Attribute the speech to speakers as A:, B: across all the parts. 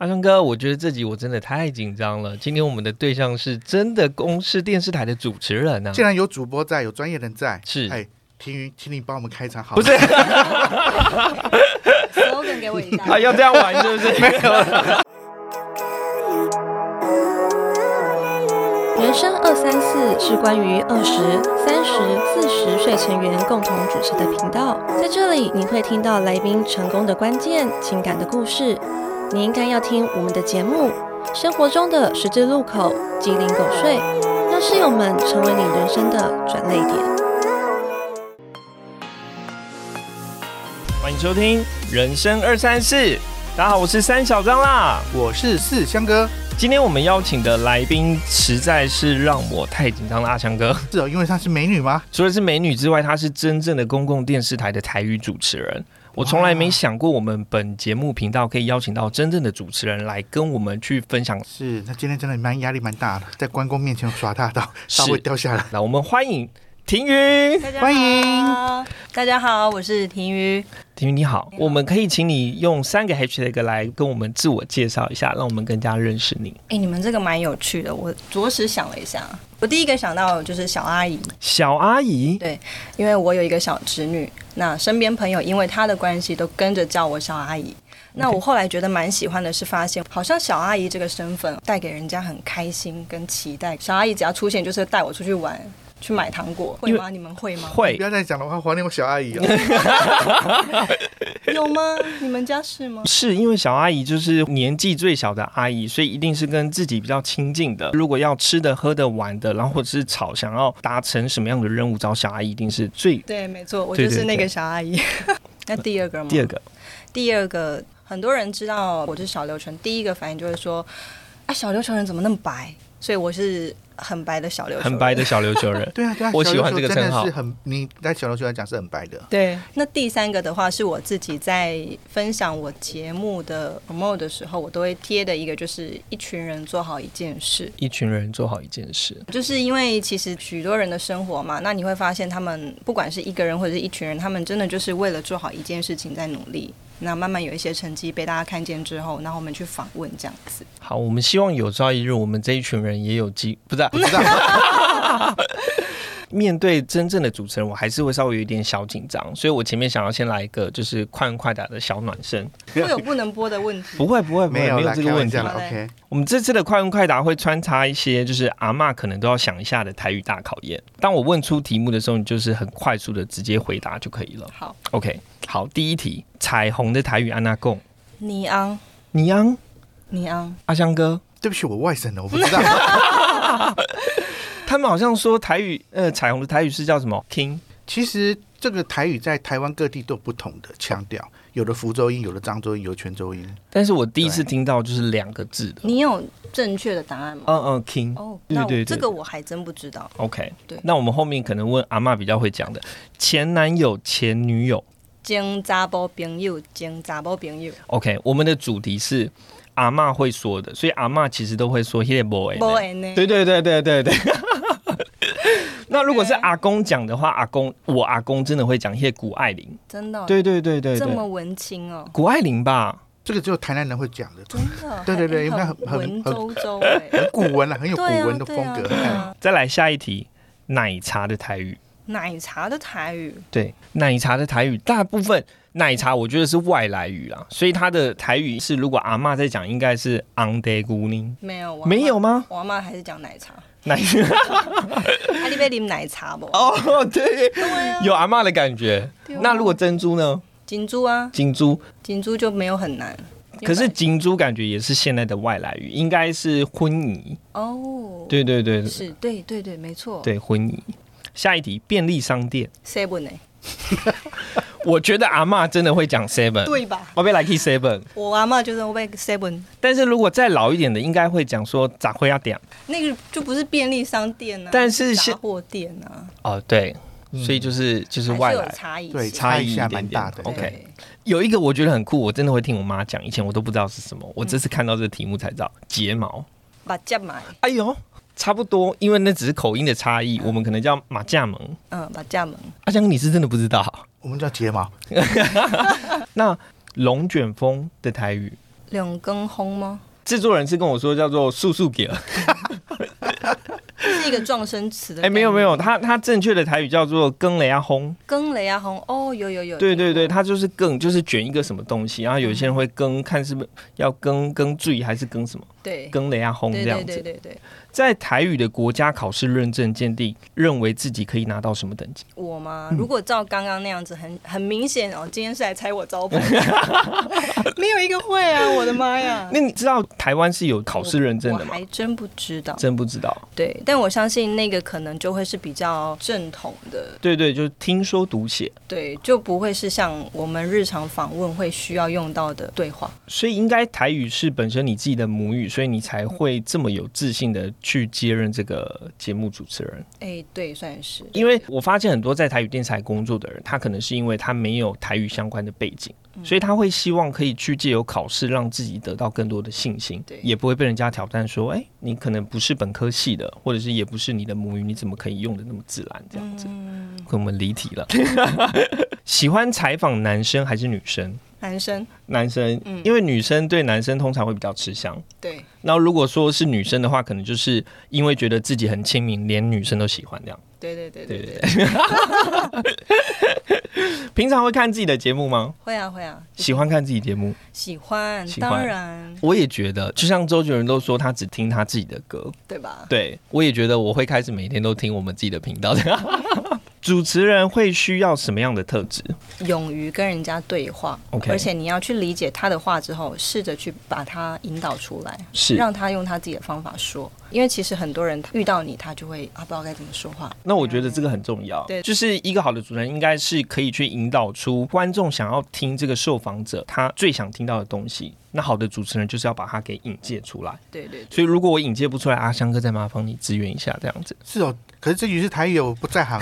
A: 阿川哥，我觉得这集我真的太紧张了。今天我们的对象是真的公视电视台的主持人啊
B: 既，然有主播在，有专业人在，
A: 是
B: 哎，婷云，请你帮我们开场好
A: 不
B: 了。
A: 是
C: slogan 给我一
A: 他
C: 下。
A: 啊要这样玩是不是？没有
C: 人生二三四是关于二十三十四十岁成员共同主持的频道，在这里你会听到来宾成功的关键、情感的故事。你应该要听我们的节目，生活中的十字路口、鸡零狗碎，让室友们成为你人生的转泪点。
A: 欢迎收听《人生二三四》，大家好，我是三小张啦。
B: 我是四香哥，
A: 今天我们邀请的来宾实在是让我太紧张了，阿强哥。
B: 是哦，因为她是美女吗？
A: 除了是美女之外，她是真正的公共电视台的台语主持人。我从来没想过，我们本节目频道可以邀请到真正的主持人来跟我们去分享。
B: 是，那今天真的蛮压力蛮大的，在关公面前耍大刀，
A: 是
B: 稍微掉下来。
A: 那我们欢迎庭云，
D: 大家
B: 欢迎
D: 好，大家好，我是婷瑜。
A: 庭云你好
D: 你，好
A: 我们可以请你用三个 hashtag 来跟我们自我介绍一下，让我们更加认识你。
D: 哎、你们这个蛮有趣的，我着实想了一下，我第一个想到就是小阿姨，
A: 小阿姨，
D: 对，因为我有一个小侄女，那身边朋友因为她的关系都跟着叫我小阿姨。那我后来觉得蛮喜欢的是，发现好像小阿姨这个身份带给人家很开心跟期待。小阿姨只要出现，就是带我出去玩，去买糖果，会
A: 因为
D: 吗？你们会吗？
A: 会
B: 不要再讲了，我要怀念我小阿姨哦 了。，
D: 有吗？你们家是吗？
A: 是因为小阿姨就是年纪最小的阿姨，所以一定是跟自己比较亲近的。如果要吃的、喝的、玩的，然后或者是吵，想要达成什么样的任务，找小阿姨一定是最。
D: 对，没错，我
A: 对
D: 就是
A: 对
D: 那
A: 对
D: 个小阿姨。 那第二个吗？
A: 第二个，
D: 第二个，很多人知道我是小刘纯，第一个反应就会说：“啊，小刘纯人怎么那么白？”所以我是很白的小刘，
A: 很白的。小琉球人
B: 对啊，对啊，
A: 我喜欢
B: 小
A: 这
B: 琉球
A: 个
B: 真
A: 称号
B: 的是很，你在小琉球来讲是很白的。
D: 对，那第三个的话是我自己在分享我节目的 promo 的时候，我都会贴的一个，就是一群人做好一件事。
A: 一群人做好一件事，
D: 就是因为其实许多人的生活嘛，那你会发现他们不管是一个人或者是一群人，他们真的就是为了做好一件事情在努力。那慢慢有一些成绩被大家看见之后，然后我们去访问这样 子。
A: 好，我们希望有朝一日，我们这一群人也有机，不 是、啊、啊
B: 知道
A: 面对真正的主持人，我还是会稍微有一点小紧张，所以我前面想要先来一个就是快问快答的小暖身，
D: 会有不能播的问题。
A: 不会不会不会，
B: 没有啦
A: 这个问题啊
B: 开玩笑啦
D: 好嘞
B: OK，
A: 我们这次的快问快答会穿插一些，就是阿嬷可能都要想一下的台语大考验。当我问出题目的时候，你就是很快速的直接回答就可以了。
D: 好，
A: OK，好，第一题，彩虹的台语安娜贡，
D: 尼昂，
A: 尼昂
D: 尼昂，
A: 阿香哥，
B: 对不起，我外省的，我不知道。
A: 他们好像说台语，呃，彩虹的台语是叫什么？King，
B: 其实这个台语在台湾各地都有不同的腔调，有的福州音，有的漳州音，有的泉州音。
A: 但是我第一次听到就是两个字的，
D: 你有正确的答案吗？
A: 嗯嗯，King。
D: 哦，
A: 对
D: 那我
A: 对对
D: 这个我还真不知道。
A: OK，
D: 对
A: 那我们后面可能问阿嬷比较会讲的，前男友、前女友。
D: 经查甫朋友，经查甫朋友
A: OK，我们的主题是阿嬷会说的，所以阿嬷其实都会说 “hit boy”。
D: ，boy 呢？
A: 对对对对对对。 那如果是阿公讲的话，阿公我阿公真的会讲一些谷爱凌，
D: 真的哦，
A: 对对对对
D: 这么
A: 对，
D: 文青哦，
A: 谷爱凌吧，
B: 这个只有台南人会讲的，
D: 真的。
B: 对对对
D: 还
B: 应该很很
D: 文 绉绉哎。
B: 古文啊，很有古
D: 对啊
B: 文的风格。
D: 对啊对啊
A: 再来下一题，奶茶的台语，
D: 奶茶的台语，
A: 对，奶茶的台语大部分奶茶我觉得是外来语啊，所以它的台语是如果阿嬷在讲，应该是昂德姑呢，
D: 没有，我阿嬷
A: 没有，吗？
D: 我阿妈还是讲奶茶。
A: 奶
D: 阿你贝啉奶茶不？
A: 哦，对，有阿嬷的感觉。
D: 对啊
A: 那如果珍珠呢？
D: 金珠啊，
A: 金珠，
D: 金珠就没有很难。
A: 可是金珠感觉也是现在的外来语，应该是婚仪。
D: 哦，，
A: 对对对
D: 是，对对对，没错。
A: 对，婚仪。下一题，便利商店，
D: ，seven 欸呢？
A: 我觉得阿嬷真的会讲 seven，，
D: 对吧？
A: 我被 lucky seven。
D: 我阿嬷就是我被 seven，
A: 但是如果再老一点的，应该会讲说咋会要点
D: 那个就不是便利商店啊，
A: 但是
D: 杂
A: 现
D: 货店啊，
A: 哦，对，所以就是就是
D: 还
A: 外
D: 是有
A: 来。
D: 差异
B: 哎
D: 性。
B: 对，
D: 对啊
B: 差异
A: 一
B: 下
A: 点
B: 蛮
A: 点
B: 大的。
A: OK 有一个我觉得很酷，我真的会听我妈讲，以前我都不知道是什么，我这次看到这个题目才知道睫毛。
D: 把价买，
A: 哎呦，差不多，因为那只是口音的差异，我们可能叫马甲蒙。
D: 嗯，把价门，
A: 阿香，你是真的不知 道。
B: 我们叫睫毛，
A: 那龙卷风的台语
D: 两根烘吗？
A: 制作人是跟我说叫做“素素给”，
D: 是一个撞声词的。
A: 哎，没有没，有，他他正确的台语叫做“更雷啊轰
D: 更雷啊烘哦，有有”，有。
A: 对对对，
D: 有，
A: 他就是更就是卷一个什么东西，然后有些人会更看是不是要更更醉还是更什么
D: 对，
A: 更雷啊轰这
D: 对
A: 样
D: 对
A: 子
D: 对。对对，
A: 在台语的国家考试认证鉴定，认为自己可以拿到什么等级？
D: 我吗？
A: 嗯
D: 如果照刚刚那样子，很很明显哦，今天是来猜我招牌， 没有一个会啊！我的妈呀！
A: 那你知道台湾是有考试认证
D: 我
A: 的吗？
D: 还真不知道，
A: 真不知道。
D: 对，但我相信那个可能就会是比较正统的，
A: 对对，就是听说读写，
D: 对，就不会是像我们日常访问会需要用到的对话。
A: 所以应该台语是本身你自己的母语，所以你才会这么有自信的去接任这个节目主持人。
D: 哎，对，算是，
A: 因为我发现很多在台语电视台工作的人，他可能是因为他没有台语相关的背景，所以他会希望可以去借由考试让自己得到更多的信心
D: 对，
A: 也不会被人家挑战说，哎，你可能不是本科系的，或者是也不是你的母语，你怎么可以用的那么自然这样子？可我们离题了。喜欢采访男生还是女生？
D: 男生，
A: 男生，因为女生对男生通常会比较吃香。
D: 对，
A: 那如果说是女生的话，可能就是因为觉得自己很亲民，连女生都喜欢这样。
D: 对对对
A: 对
D: 对
A: 对
D: 对，
A: 对。 平常会看自己的节目吗？
D: 会啊会啊，
A: 喜欢看自己节目，
D: 喜欢，
A: 喜欢
D: 当然，
A: 我也觉得，就像周杰伦都说他只听他自己的歌，
D: 对吧？
A: 对我也觉得我会开始每天都听我们自己的频 道。主持人会需要什么样的特质？
D: 勇于跟人家对话
A: OK
D: 而且你要去理解他的话之后，试着去把他引导出来，
A: 是
D: 让他用他自己的方法说。因为其实很多人遇到你，他就会啊不知道该怎么说话。
A: 那我觉得这个很重要，
D: 嗯对
A: 就是一个好的主持人应该是可以去引导出观众想要听这个受访者他最想听到的东西。那好的主持人就是要把他给引介出来。
D: 对对对，
A: 所以如果我引介不出来，阿香哥再麻烦你支援一下，这样子。
B: 是哦，可是这语是台语，我不在 行。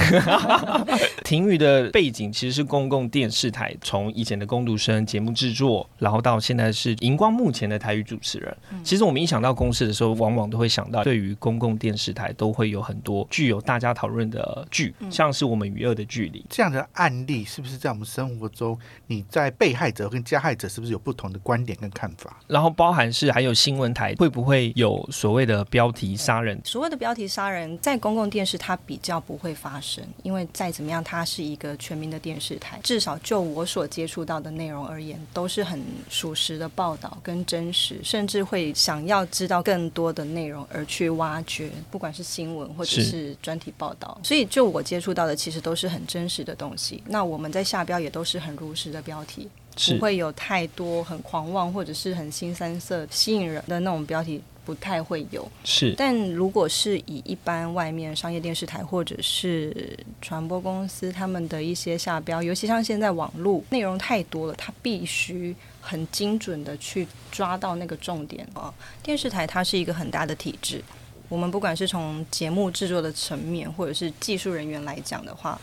A: 婷宇的背景其实是公共电视台，从以前的工读生节目制作，然后到现在是荧光幕前的台语主持人。其实我们一想到公司的时候，往往都会想到对于公共电视台都会有很多具有大家讨论的剧，像是我们《与恶的距离》。
B: 这样的案例是不是在我们生活中，你在被害者跟加害者是不是有不同的观点跟看法？
A: 然后包含是还有新闻台会不会有所谓的标题杀人？
D: 所谓的标题杀人，在公共电视它比较不会发生，因为再怎么样，它是一个全民的电视台，至少就我所接触到的内容而言，都是很属实的报道跟真实，甚至会想要知道更多的内容而去挖掘，不管是新闻或者
A: 是
D: 是专题报道。所以就我接触到的，其实都是很真实的东西。那我们在下标也都是很如实的标题，
A: 是
D: 不会有太多很狂妄或者是很新三色吸引人的那种标题。不太会有，
A: 是
D: 但如果是以一般外面商业电视台或者是传播公司他们的一些下标，尤其像现在网络内容太多了，它必须很精准的去抓到那个重点哦。电视台它是一个很大的体制。我们不管是从节目制作的层面，或者是技术人员来讲的话，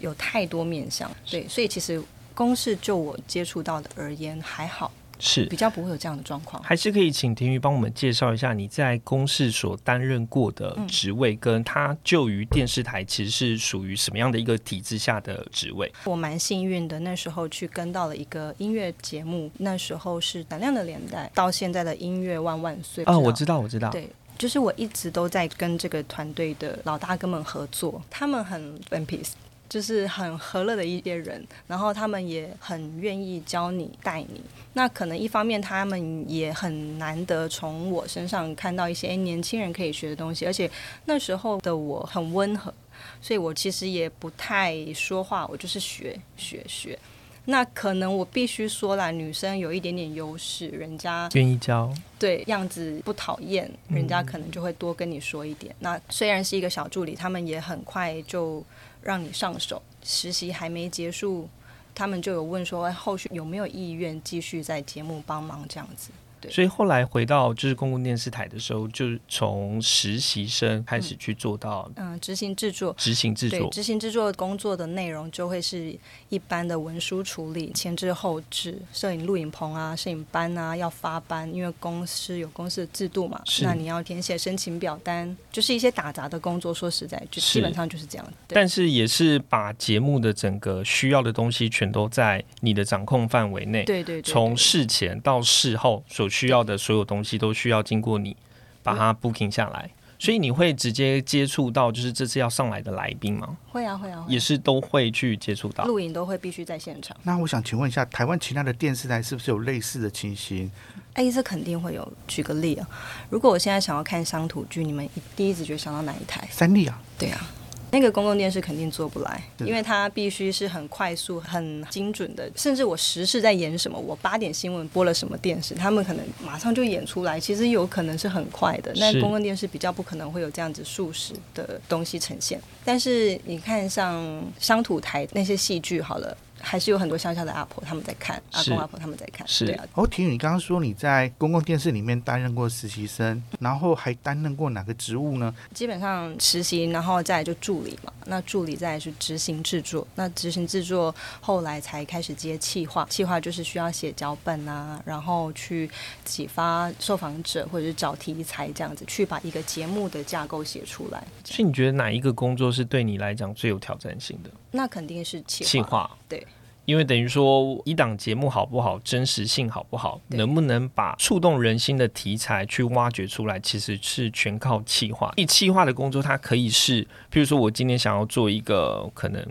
D: 有太多面向。对，所以其实公式就我接触到的而言还好，
A: 是
D: 比，较不会有这样的状况。
A: 还是可以请婷宇帮我们介绍一下你在公视所担任过的
D: 嗯
A: 职位，跟他就于电视台其实是属于什么样的一个体制下的职位？
D: 我蛮幸运的，那时候去跟到了一个音乐节目，那时候是胆量的年代，到现在的音乐万万岁
A: 啊，我
D: 道
A: 知道，我知道，
D: 对，就是我一直都在跟这个团队的老大哥们合作，他们很 one piece。就是很和乐的一些人，然后他们也很愿意教你带你。那可能一方面他们也很难得从我身上看到一些诶年轻人可以学的东西，而且那时候的我很温和，所以我其实也不太说话，我就是学学学。那可能我必须说啦，女生有一点点优势，人家
A: 愿意教，
D: 对样子不讨厌，人家可能就会多跟你说一点。嗯那虽然是一个小助理，他们也很快就让你上手。实习还没结束，他们就有问说哎后续有没有意愿继续在节目帮忙这样子。对
A: 所以后来回到就是公共电视台的时候，就是从实习生开始去做到
D: 嗯，执行制作。
A: 执行制
D: 对
A: 作，
D: 执行制作工作的内容就会是一般的文书处理、前置后置、摄影录影棚啊、摄影班啊，要发班，因为公司有公司的制度嘛，
A: 是
D: 那你要填写申请表单，就是一些打杂的工作。说实在，就是基本上就是这样。对，
A: 但是也是把节目的整个需要的东西全都在你的掌控范围内。
D: 对对对，
A: 从
D: 对
A: 事前到事后所需要的所有东西都需要经过你把它
D: 嗯
A: booking 下来，所以你会直接接触到就是这次要上来的来宾吗？
D: 会啊会啊，会
A: 也
D: 啊
A: 是都会去接触到。
D: 录影都会必须在现场。
B: 那我想请问一下，台湾其他的电视台是不是有类似的情形？
D: 哎，这肯定会有。举个例啊，如果我现在想要看乡土剧，你们一第一直觉想到哪一台？
B: 三立啊，
D: 对啊，那个公共电视肯定做不来，
B: 对
D: 因为它必须是很快速、很精准的，甚至我时事在演什么，我八点新闻播了什么电视，他们可能马上就演出来，其实有可能是很快的。那
A: 是
D: 公共电视比较不可能会有这样子数十的东西呈现，但是你看像乡土台那些戏剧好了。还是有很多乡下的阿婆他们在看，阿
A: 是
D: 公阿婆他们在看，
A: 是
D: 对啊，
B: 哦，婷宇，你刚刚说你在公共电视里面担任过实习生，然后还担任过哪个职务呢？
D: 基本上实习，然后再来就助理嘛。那助理再来是执行制作，那执行制作后来才开始接企划，企划就是需要写脚本啊，然后去启发受访者或者是找题材这样子，去把一个节目的架构写出来。
A: 所以你觉得哪一个工作是对你来讲最有挑战性的？
D: 那肯定是企划，
A: 企划
D: 对。
A: 因为等于说，一档节目好不好，真实性好不好，
D: 对
A: 能不能把触动人心的题材去挖掘出来，其实是全靠企划。以企划的工作，它可以是，譬如说我今天想要做一个，可能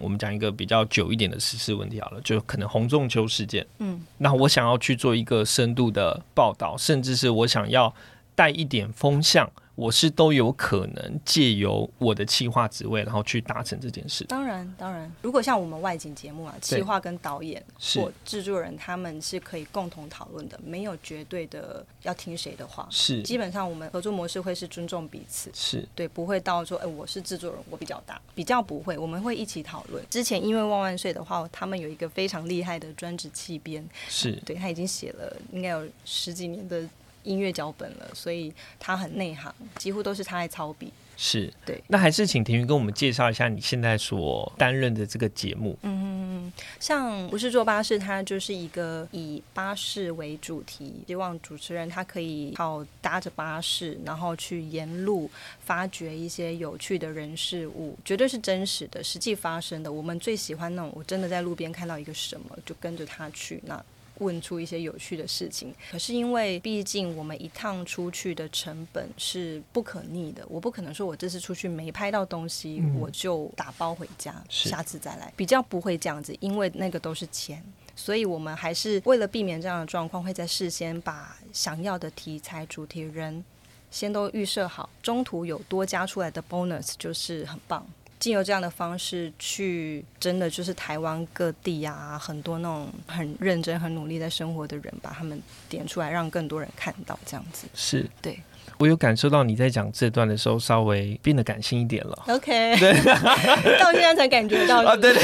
A: 我们讲一个比较久一点的时事问题好了，就可能红中秋事件。
D: 嗯，
A: 那我想要去做一个深度的报道，甚至是我想要带一点风向，我是都有可能借由我的企划职位，然后去达成这件事。
D: 当然当然。如果像我们外景节目啊，企划跟导演
A: 是
D: 或制作人他们是可以共同讨论的，没有绝对的要听谁的话。
A: 是
D: 基本上我们合作模式会是尊重彼此，
A: 是
D: 对，不会到说，哎、我是制作人，我比较大，比较不会，我们会一起讨论。之前因为万万岁的话，他们有一个非常厉害的专职气编，
A: 是
D: 对他已经写了应该有十几年的音乐脚本了，所以他很内行，几乎都是他在操笔。
A: 是，
D: 对
A: 那还是请庭云跟我们介绍一下你现在所担任的这个节目。
D: 嗯像不是坐巴士，它就是一个以巴士为主题，希望主持人他可以靠搭着巴士，然后去沿路发掘一些有趣的人事物，绝对是真实的、实际发生的。我们最喜欢那种，我真的在路边看到一个什么，就跟着他去那。问出一些有趣的事情，可是因为毕竟我们一趟出去的成本是不可逆的，我不可能说我这次出去没拍到东西，我就打包回家，
A: 是
D: 下次再来，比较不会这样子，因为那个都是钱。所以我们还是为了避免这样的状况，会在事先把想要的题材、主题人先都预设好，中途有多加出来的 bonus 就是很棒。借由这样的方式去，真的就是台湾各地啊，很多那种很认真、很努力在生活的人，把他们点出来，让更多人看到，这样子。
A: 是
D: 对
A: 我有感受到你在讲这段的时候，稍微变得感性一点了。
D: OK，到 现在才感觉到。
A: 啊，对对，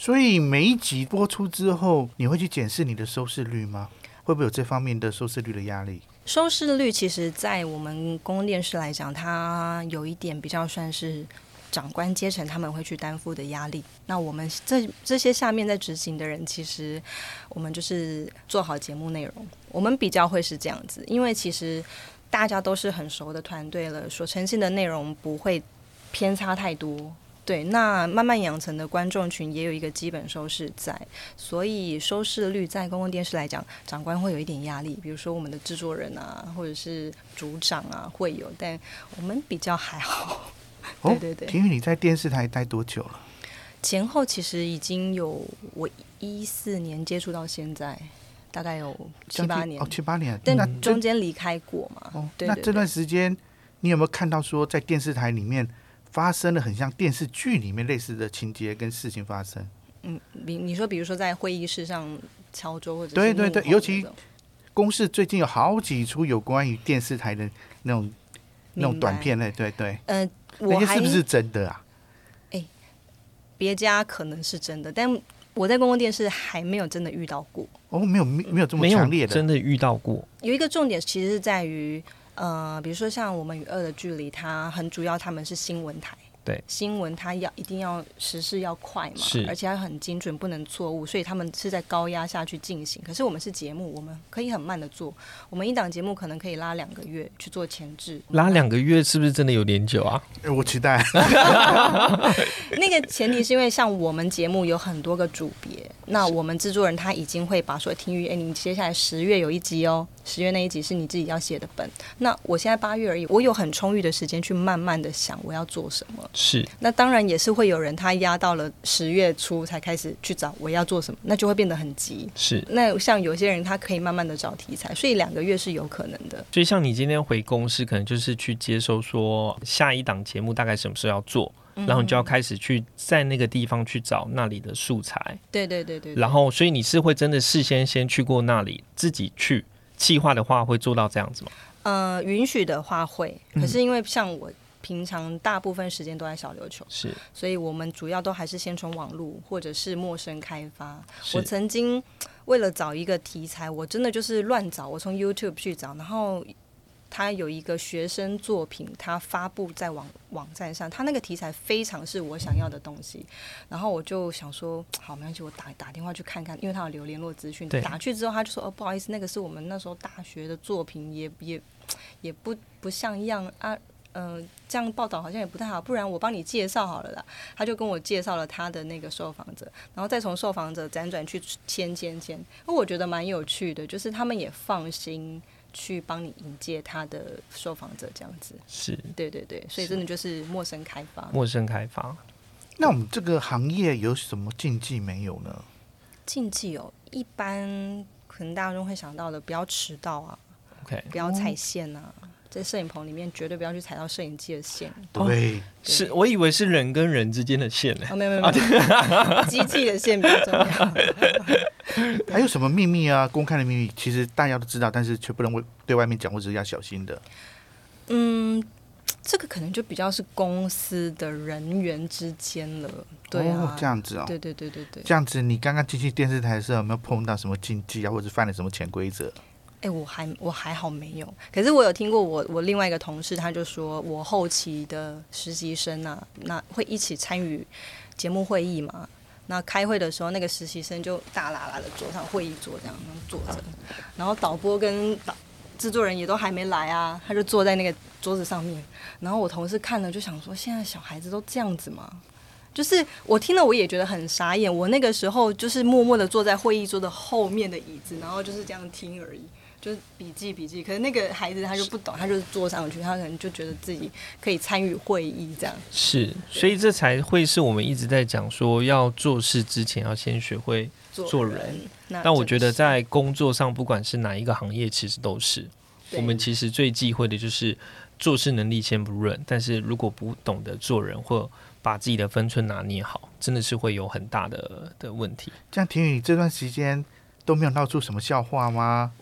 B: 所以每一集播出之后，你会去检视你的收视率吗？会不会有这方面的收视率的压力？
D: 收视率其实，在我们公共电视来讲，它有一点比较算是长官阶层他们会去担负的压力。那我们这这些下面在执行的人，其实我们就是做好节目内容，我们比较会是这样子，因为其实大家都是很熟的团队了，所呈现的内容不会偏差太多。对，那慢慢养成的观众群也有一个基本收视在，所以收视率在公共电视来讲，长官会有一点压力，比如说我们的制作人啊，或者是组长啊会有，但我们比较还好。
B: 哦，
D: 对对对
B: 婷宇，你在电视台待多久了？
D: 前后其实已经有我一四年接触到现在，大概有七
B: 将近
D: 八年，
B: 哦，七八年。那
D: 但中间离开过嘛。
B: 哦，
D: 对
B: 那
D: 对
B: 这段时间你有没有看到说在电视台里面发生了很像电视剧里面类似的情节跟事情发生？
D: 嗯，你你说比如说在会议室上敲桌或者是
B: 对对
D: 怒
B: 对
D: 吼
B: 尤其
D: 那种
B: 公视最近有好几出有关于电视台的那种那种
D: 明白
B: 短片类，对对，
D: 呃，我
B: 那些
D: 还
B: 是不是真的啊？
D: 别家可能是真的，但我在公共电视还没有真的遇到过。
B: 哦，没有没没有这么
A: 呃没有
B: 强烈的，
A: 真的遇到过。
D: 有一个重点其实是在于，呃，比如说像我们与恶的距离，它很主要他们是新闻台。
A: 对
D: 新闻它要一定要时事要快嘛，
A: 是
D: 而且它很精准，不能错误，所以他们是在高压下去进行。可是我们是节目，我们可以很慢的做，我们一档节目可能可以拉两个月去做前置，
A: 拉两个月是不是真的有点久啊？
B: 哎我期待。
D: 那个前提是因为像我们节目有很多个组别，那我们制作人他已经会把所有听语，哎，你接下来十月有一集哦，十月那一集是你自己要写的本。那我现在八月而已，我有很充裕的时间去慢慢的想我要做什么。
A: 是
D: 那当然也是会有人他压到了十月初才开始去找我要做什么，那就会变得很急。
A: 是。
D: 那像有些人他可以慢慢的找题材，所以两个月是有可能的。
A: 所以像你今天回公司，可能就是去接收说下一档节目大概什么时候要做，然后你就要开始去在那个地方去找那里的素材，
D: 对对对对对
A: 然后所以你是会真的事先先去过那里，自己去计划的话会做到这样子吗？
D: 呃，允许的话会，
A: 嗯
D: 可是因为像我平常大部分时间都在小琉球，
A: 是
D: 所以我们主要都还是先从网络或者是陌生开发。
A: 是
D: 我曾经为了找一个题材，我真的就是乱找，我从 YouTube 去找，然后。他有一个学生作品，他发布在网网站上，他那个题材非常是我想要的东西，然后我就想说，好，没关系，我打打电话去看看，因为他有留联络资讯。
A: 对
D: 打去之后，他就说，哦，不好意思，那个是我们那时候大学的作品，也也也不不像样啊，嗯、这样报道好像也不太好，不然我帮你介绍好了啦。他就跟我介绍了他的那个受访者，然后再从受访者辗转去签签签，那我觉得蛮有趣的，就是他们也放心去帮你引荐他的受访者这样子。
A: 是
D: 对对对，所以
A: 是
D: 真的就是陌生开发
A: 陌生开发，
B: 那我们这个行业有什么禁忌没有呢？
D: 禁忌哦，一般可能大众会想到的，不要迟到啊，
B: 哦
A: OK
D: 不要踩线啊。在摄影棚里面，绝对不要去踩到摄影机 的线。
A: 哦
B: 对，
A: 是我以为是人跟人之间的线呢、
D: 哦，没有没
B: 啊
D: 有没有，机器的线比较重要。
B: 还有什么秘密啊？公开的秘密，其实大家都知道，但是却不能为对外面讲，或者是要小心的。
D: 嗯，这个可能就比较是公司的人员之间了，对啊，
B: 哦，这样子哦。
D: 对对对对对。
B: 这样子，你刚刚进去电视台的时候，有没有碰到什么禁忌啊，或者犯了什么潜规则？
D: 哎、我还我还好没有，可是我有听过我我另外一个同事，他就说我后期的实习生啊，那会一起参与节目会议嘛。那开会的时候，那个实习生就大喇喇的坐上会议桌这样坐着，然后导播跟导制作人也都还没来啊，他就坐在那个桌子上面。然后我同事看了就想说，现在小孩子都这样子吗？就是我听了我也觉得很傻眼，我那个时候就是默默的坐在会议桌的后面的椅子，然后就是这样听而已。就是笔记笔记，可是那个孩子他就不懂，他就是坐上去，他可能就觉得自己可以参与会议这样。
A: 是，所以这才会是我们一直在讲说要做事之前要先学会
D: 做
A: 做
D: 人。
A: 人
D: 那
A: 但我
D: 真
A: 觉
D: 的
A: 得
D: 是
A: 在工作上，不管是哪一个行业，其实都是
D: 对
A: 我们其实最忌讳的就是做事能力先不论，但是如果不懂得做人或把自己的分寸拿捏好，真的是会有很大的的问题。
B: 这样，婷宇，你这段时间都没有闹出什么笑话吗？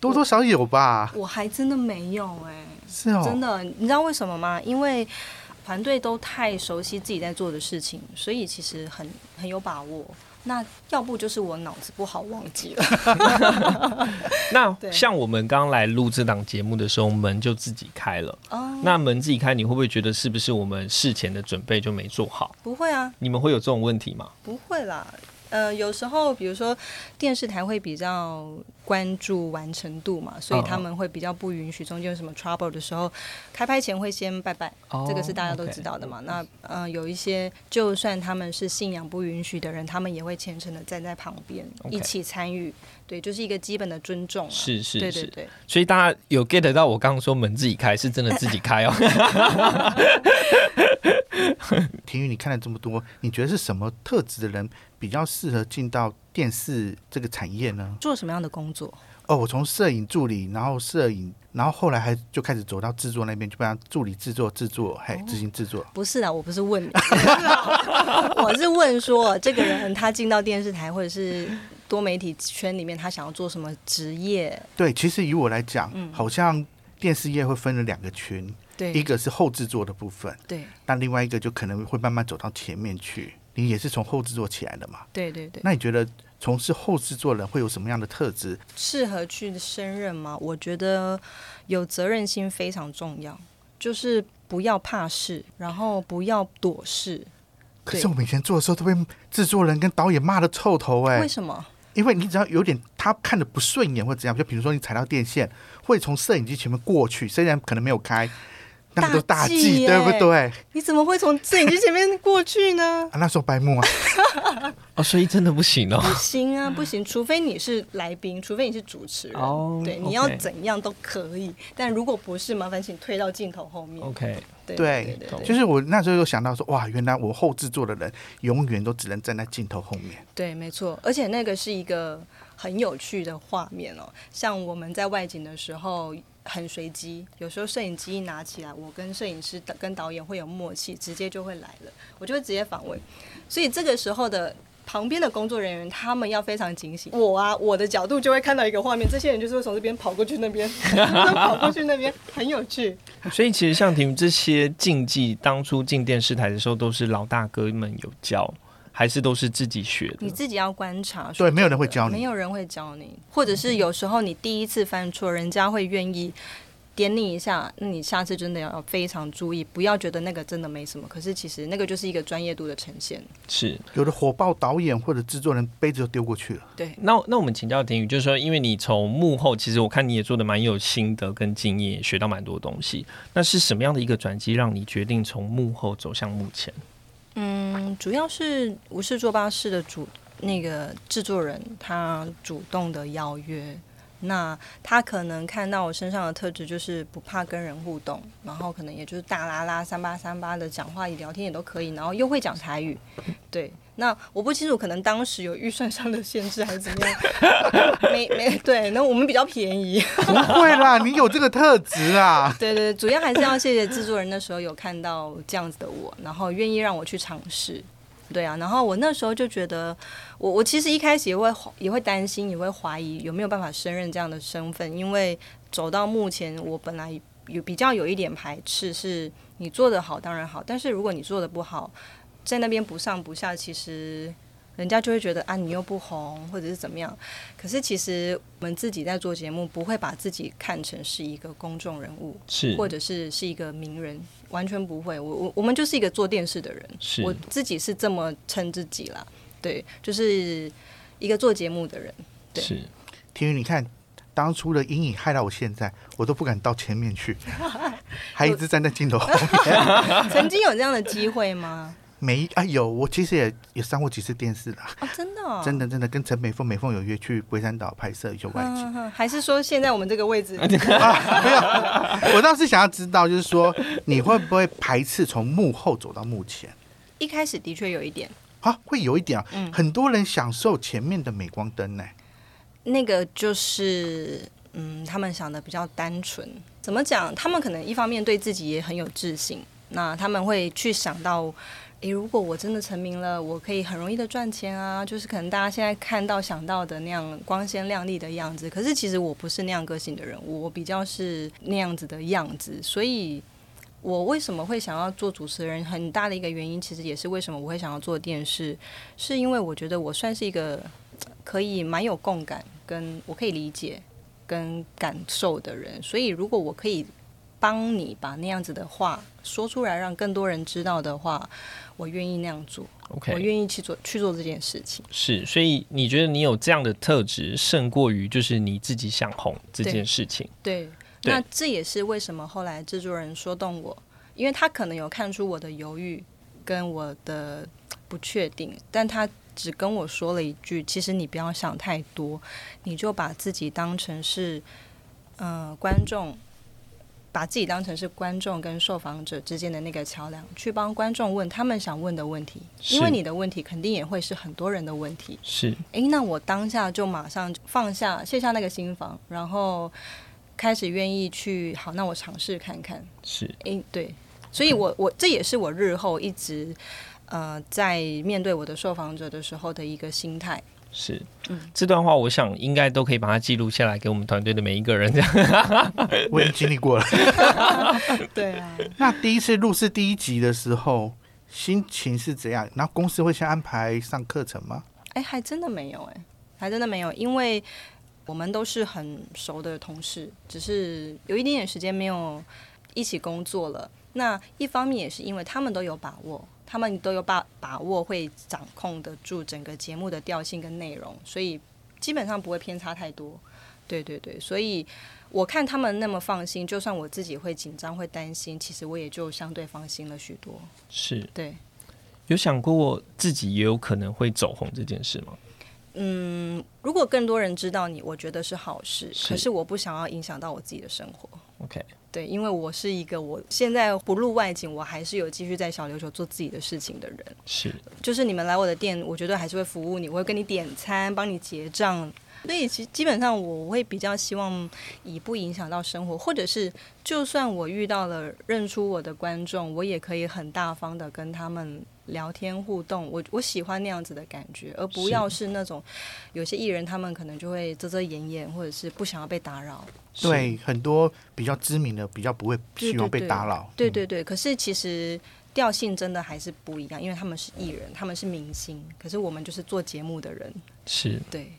B: 多多少有吧。
D: 我还真的没有哎、
B: 是哦，
D: 真的，你知道为什么吗？因为团队都太熟悉自己在做的事情，所以其实很很有把握。那要不就是我脑子不好忘记了，
A: 那
D: 对
A: 像我们刚来录这档节目的时候，门就自己开了。
D: 哦，
A: 那门自己开，你会不会觉得是不是我们事前的准备就没做好？
D: 不会啊，
A: 你们会有这种问题吗？
D: 不会啦。呃，有时候比如说电视台会比较关注完成度嘛，所以
A: 嗯嗯
D: 他们会比较不允许中间有什么 trouble 的时候，开拍前会先拜拜，
A: 哦
D: 这个是大家都知道的嘛。那呃，有一些就算他们是信仰不允许的人，他们也会虔诚的站在旁边
A: OK
D: 一起参与，对，就是一个基本的尊重、啊。
A: 是是
D: 对
A: 是
D: 对对，
A: 所以大家有 get 到我刚刚说门自己开是真的自己开 哦。
B: 婷宇，你看了这么多，你觉得是什么特质的人比较适合进到电视这个产业呢？
D: 做什么样的工作？
B: 哦，我从摄影助理，然后摄影，然后后来还就开始走到制作那边，就帮他助理制作、制作，还
D: 哦
B: 执行制作。
D: 不是啦，我不是问你， 我是问说这个人他进到电视台或者是多媒体圈里面，他想要做什么职业？
B: 对，其实以我来讲，好像电视业会分了两个群，
D: 嗯对
B: 一个是后制作的部分，
D: 对，
B: 那另外一个就可能会慢慢走到前面去。你你也是从后制作起来的嘛。
D: 对对对，
B: 那你觉得从事后制作人会有什么样的特质？
D: 适合去胜任吗？我觉得有责任心非常重要，就是不要怕事，然后不要躲事。
B: 可是我们以前做的时候都被制作人跟导演骂的臭头哎、
D: 为什么？
B: 因为你只要有点他看的不顺眼或怎样，就比如说你踩到电线，会从摄影机前面过去，虽然可能没有开，那个都
D: 大
B: 大
D: 忌
B: 忌，
D: 耶
B: 对不对？啊，？
D: 你怎么会从摄影机前面过去呢
B: 那时候白目 啊，
A: 哦，所以真的不行哦。
D: 不行啊，不行！除非你是来宾，除非你是主持人，
A: 哦
D: 对，
A: OK
D: 你要怎样都可以。但如果不是，麻烦请退到镜头后面。
A: OK，
D: 对
B: 对
D: 对对对
B: 就是我那时候就想到说，哇，原来我后制作的人永远都只能站在镜头后面。
D: 对，没错，而且那个是一个很有趣的画面哦。像我们在外景的时候很随机，有时候摄影机一拿起来，我跟摄影师跟导演会有默契，直接就会来了，我就会直接访问。所以这个时候的。旁边的工作人员他们要非常警醒。我啊，我的角度就会看到一个画面，这些人就是会从这边跑过去那边， 跑过去那边，很有趣。
A: 所以其实像你们这些竞技，当初进电视台的时候，都是老大哥们有教，还是都是自己学的？
D: 你自己要观察。
B: 对
D: 说真的
B: 没有人会教你
D: 没有人会教你，或者是有时候你第一次犯错，人家会愿意点你一下，那你下次真的要非常注意，不要觉得那个真的没什么，可是其实那个就是一个专业度的呈现。
A: 是。
B: 有的火爆导演或者制作人杯子就丢过去 了，
D: 对，
A: 那那我们请教婷宇，就是说，因为你从幕后，其实我看你也做的蛮有心得跟经验，也学到蛮多东西。那是什么样的一个转机，让你决定从幕后走向幕前？
D: 嗯，主要是无事做巴士的主那个制作人他主动的邀约。那他可能看到我身上的特质就是不怕跟人互动，然后可能也就是大啦啦、三八三八的讲话、聊天也都可以，然后又会讲台语。对，那我不清楚，可能当时有预算上的限制还是怎么样，没没对，那我们比较便宜。
B: 不会啦，你有这个特质啊。
D: 对对，对主要还是要谢谢制作人，那时候有看到这样子的我，然后愿意让我去尝试。对啊，然后我那时候就觉得，我我其实一开始也会也会担心，也会怀疑有没有办法胜任这样的身份，因为走到目前，我本来有比较有一点排斥，是你做得好当然好，但是如果你做得不好，在那边不上不下，其实人家就会觉得啊你又不红，或者是怎么样。可是其实我们自己在做节目，不会把自己看成是一个公众人物，
A: 是
D: 或者是是一个名人，完全不会。我我我们就是一个做电视的人，
A: 是
D: 我自己是这么称自己啦。对，就是一个做节目的人。对
A: 是，
B: 天宇，你看当初的阴影害到我现在，我都不敢到前面去，还一直站在镜头后 面。
D: 曾经有这样的机会吗？
B: 没啊，有我其实也也上过几次电视啦，
D: 哦，真的、哦，
B: 真
D: 的。
B: 的真的跟陈美凤、美凤有约去龟山岛拍摄一些外景。
D: 嗯哼，还是说现在我们这个位置嗯
B: 我倒是想要知道，就是说你会不会排斥从幕后走到幕前？
D: 一开始的确有一点，
B: 啊，会有一点啊，
D: 嗯
B: 很多人享受前面的镁光灯呢、
D: 那个就是，嗯，他们想的比较单纯。怎么讲？他们可能一方面对自己也很有自信，那他们会去想到，诶，如果我真的成名了，我可以很容易的赚钱啊，就是可能大家现在看到想到的那样光鲜亮丽的样子。可是其实我不是那样个性的人，我比较是那样子的样子，所以。我为什么会想要做主持人？很大的一个原因，其实也是为什么我会想要做电视，是因为我觉得我算是一个可以蛮有共感，跟我可以理解跟感受的人，所以如果我可以帮你把那样子的话说出来，让更多人知道的话，我愿意那样做，我
A: OK，
D: 愿意去做去做这件事情。
A: 是。所以你觉得你有这样的特质，胜过于就是你自己想红这
D: 对
A: 件事情？
D: 对，
A: 对
D: 那这也是为什么后来制作人说动我，因为他可能有看出我的犹豫跟我的不确定，但他只跟我说了一句：“其实你不要想太多，你就把自己当成是呃观众。”把自己当成是观众跟受访者之间的那个桥梁，去帮观众问他们想问的问题，
A: 是
D: 因为你的问题肯定也会是很多人的问题。
A: 是
D: 诶，那我当下就马上放下卸下那个心防，然后开始愿意去，好，那我尝试看看。
A: 是
D: 诶，对，所以我我这也是我日后一直呃在面对我的受访者的时候的一个心态。
A: 是。
D: 嗯
A: 这段话我想应该都可以把它记录下来，给我们团队的每一个人。这样
B: 我已经经历过了。
D: 对啊，
B: 那第一次录制第一集的时候，心情是怎样？然后公司会先安排上课程吗？
D: 哎，还真的没有哎、还真的没有，因为我们都是很熟的同事，只是有一点点时间没有一起工作了。那一方面也是因为他们都有把握，他们都有把把握会掌控得住整个节目的调性跟内容，所以基本上不会偏差太多。对对对，所以我看他们那么放心，就算我自己会紧张会担心，其实我也就相对放心了许多。
A: 是
D: 对，
A: 有想过自己也有可能会走红这件事吗？
D: 嗯，如果更多人知道你，我觉得是好事。
A: 是
D: 可是我不想要影响到我自己的生活。
A: OK
D: 对，因为我是一个我现在不露外景，我还是有继续在小琉球做自己的事情的人。
A: 是
D: 就是你们来我的店，我觉得还是会服务你，我会跟你点餐，帮你结账。所以其基本上我会比较希望以不影响到生活，或者是就算我遇到了认出我的观众，我也可以很大方的跟他们聊天互动。我我喜欢那样子的感觉，而不
A: 是
D: 要是那种有些艺人他们可能就会遮遮掩掩，或者是不想要被打扰。
A: 是
B: 对，很多比较知名的比较不会
D: 对
B: 希望
D: 对
B: 被打扰。
D: 对
B: 嗯
D: 对对，可是其实调性真的还是不一样，因为他们是艺人，他们是明星，可是我们就是做节目的人，
A: 是
D: 对。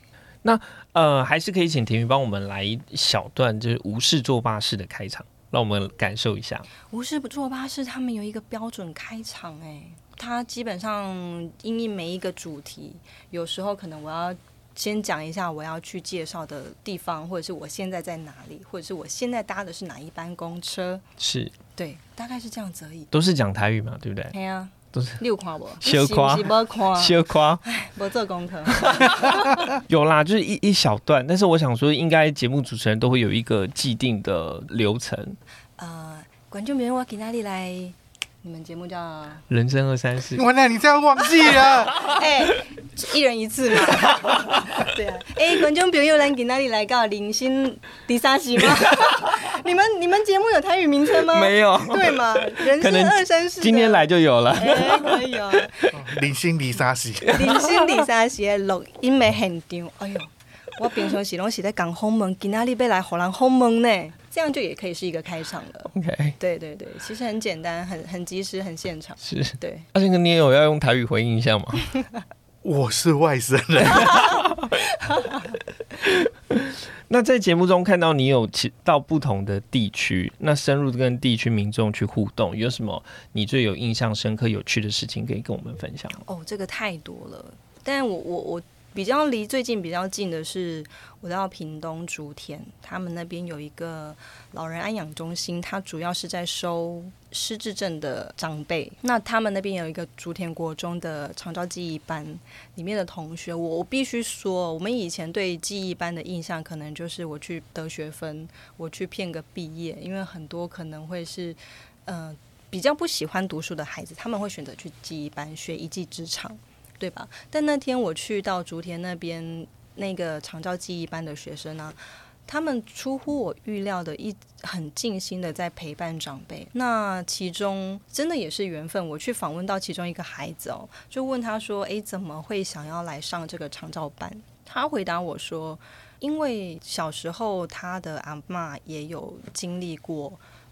A: 呃，还是可以请婷宇帮我们来一小段，就是无事做巴士的开场，让我们感受一下。
D: 无事不作吧是他们有一个标准开场哎、它基本上因应每一个主题，有时候可能我要先讲一下我要去介绍的地方，或者是我现在在哪里，或者是我现在搭的是哪一班公车，
A: 是
D: 对，大概是这样子而已。
A: 都是讲台语嘛，对不对？
D: 哎呀、啊，
A: 都是
D: 你有看我，
A: 小看
D: 你是不是没看，
A: 羞夸
D: 没做功课。
A: 有啦，就是一一小段，但是我想说，应该节目主持人都会有一个既定的流程，
D: 呃，观众朋友，我今哪里来？你们节目叫
A: 人生二三四。
B: 完了，你这样忘记 了，
D: 哎、一人一次嘛。对啊，哎、观众朋友，咱今哪里来到零星第三集吗？你们你们节目有台语名称吗？
A: 没有，
D: 对嘛？人
A: 可能
D: 生二三四。
A: 今天来。就有了。
D: 哎、可以哦。
B: 零星离沙西。
D: 零星第三集的录音的现场，哎呦，我平常时拢是在讲访问，今哪里要来互人访问呢？这样就也可以是一个开场了。
A: OK，
D: 对对对，其实很简单，很很及时，很现场。
A: 是。
D: 对。
A: 阿信哥，你也有要用台语回应一下吗？
B: 我是外省人，
A: 那在节目中看到你有其到不同的地区，那深入跟地区民众去互动，有什么你最有印象深刻、有趣的事情可以跟我们分享吗？
D: 哦，这个太多了。但我我我比较离最近比较近的是，我到屏东竹田，他们那边有一个老人安养中心，它主要是在收失智症的长辈。那他们那边有一个竹田国中的长照记忆班，里面的同学，我我必须说，我们以前对记忆班的印象，可能就是我去得学分，我去骗个毕业，因为很多可能会是，嗯、比较不喜欢读书的孩子，他们会选择去记忆班学一技之长，对吧？但那天我去到竹田那边那个长照记忆班的学生呢、他们出乎我预料的一很尽心的在陪伴长辈。那其中真的也是缘分，我去访问到其中一个孩子哦，就问他说：“诶，怎么会想要来上这个长照班？”他回答我说：“因为小时候他的阿嬷也有经历过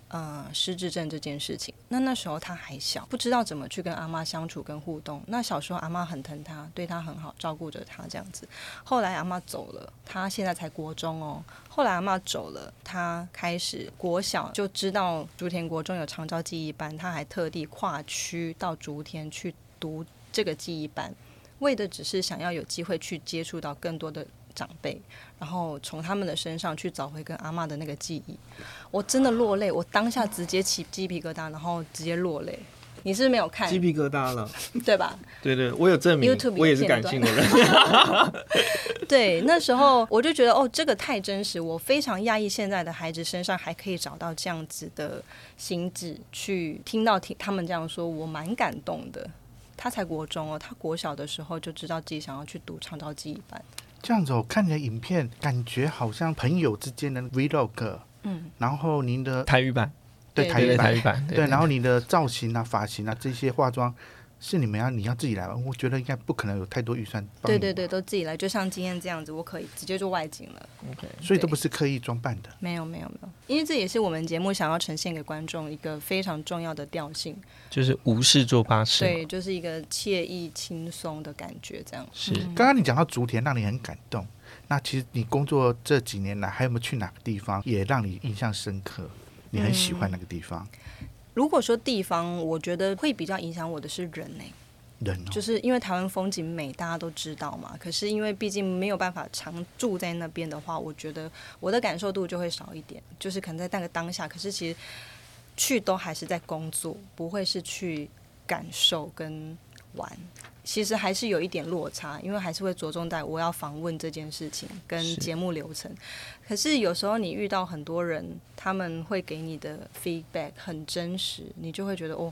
D: 呃失智症这件事情。那那时候他还小，不知道怎么去跟阿妈相处跟互动。那小时候阿妈很疼他，对他很好，照顾着他这样子。后来阿妈走了，他现在才国中哦。后来阿妈走了，他开始国小就知道竹田国中有长照记忆班，他还特地跨区到竹田去读这个记忆班，为的只是想要有机会去接触到更多的。长辈，然后从他们的身上去找回跟阿妈的那个记忆，我真的落泪，我当下直接起鸡皮疙瘩，然后直接落泪。你是不是没有看，
A: 皮疙瘩了。
D: 对吧？
A: 对对，我有证
D: 哎 YouTube
A: 的人。
D: 对，那时候我就觉得哦，这个太真实，我非常讶异现在的孩子身上还可以找到这样子的心智，去听到听他们这样说，我蛮感动的。他才国中哦，他国小的时候就知道自己想要去读长照记忆班，
B: 这样子我看你的影片，感觉好像朋友之间的 vlog。
D: 嗯，
B: 然后您的
A: 台语版，
B: 对
D: 对
B: 台
A: 对
B: 语
A: 对，
B: 版
A: 台语版，
B: 对，然后你的造型啊、发型啊这些化妆，是你们要你要自己来吧？我觉得应该不可能有太多预算帮
D: 对
B: 你
D: 对对，都自己来，就像今天这样子，我可以直接就外景了。
A: OK，
B: 所以都
D: 对
B: 不是刻意装扮的。
D: 没有没有没有，因为这也是我们节目想要呈现给观众一个非常重要的调性，
A: 就是无事做巴士嘛，
D: 对，就是一个惬意轻松的感觉，这样。
A: 是
B: 刚刚你讲到竹田，让你很感动。那其实你工作这几年来，还有没有去哪个地方也让你印象深刻？你很喜欢那个地方，
D: 嗯如果说地方，我觉得会比较影响我的是人欸呢、
B: 人哦，
D: 就是因为台湾风景美，大家都知道嘛。可是因为毕竟没有办法常住在那边的话，我觉得我的感受度就会少一点，就是可能在那个当下，可是其实去都还是在工作，不会是去感受跟玩。其实还是有一点落差，因为还是会着重在我要访问这件事情跟
A: 是
D: 节目流程。可是有时候你遇到很多人，他们会给你的 feedback 很真实，你就会觉得哦，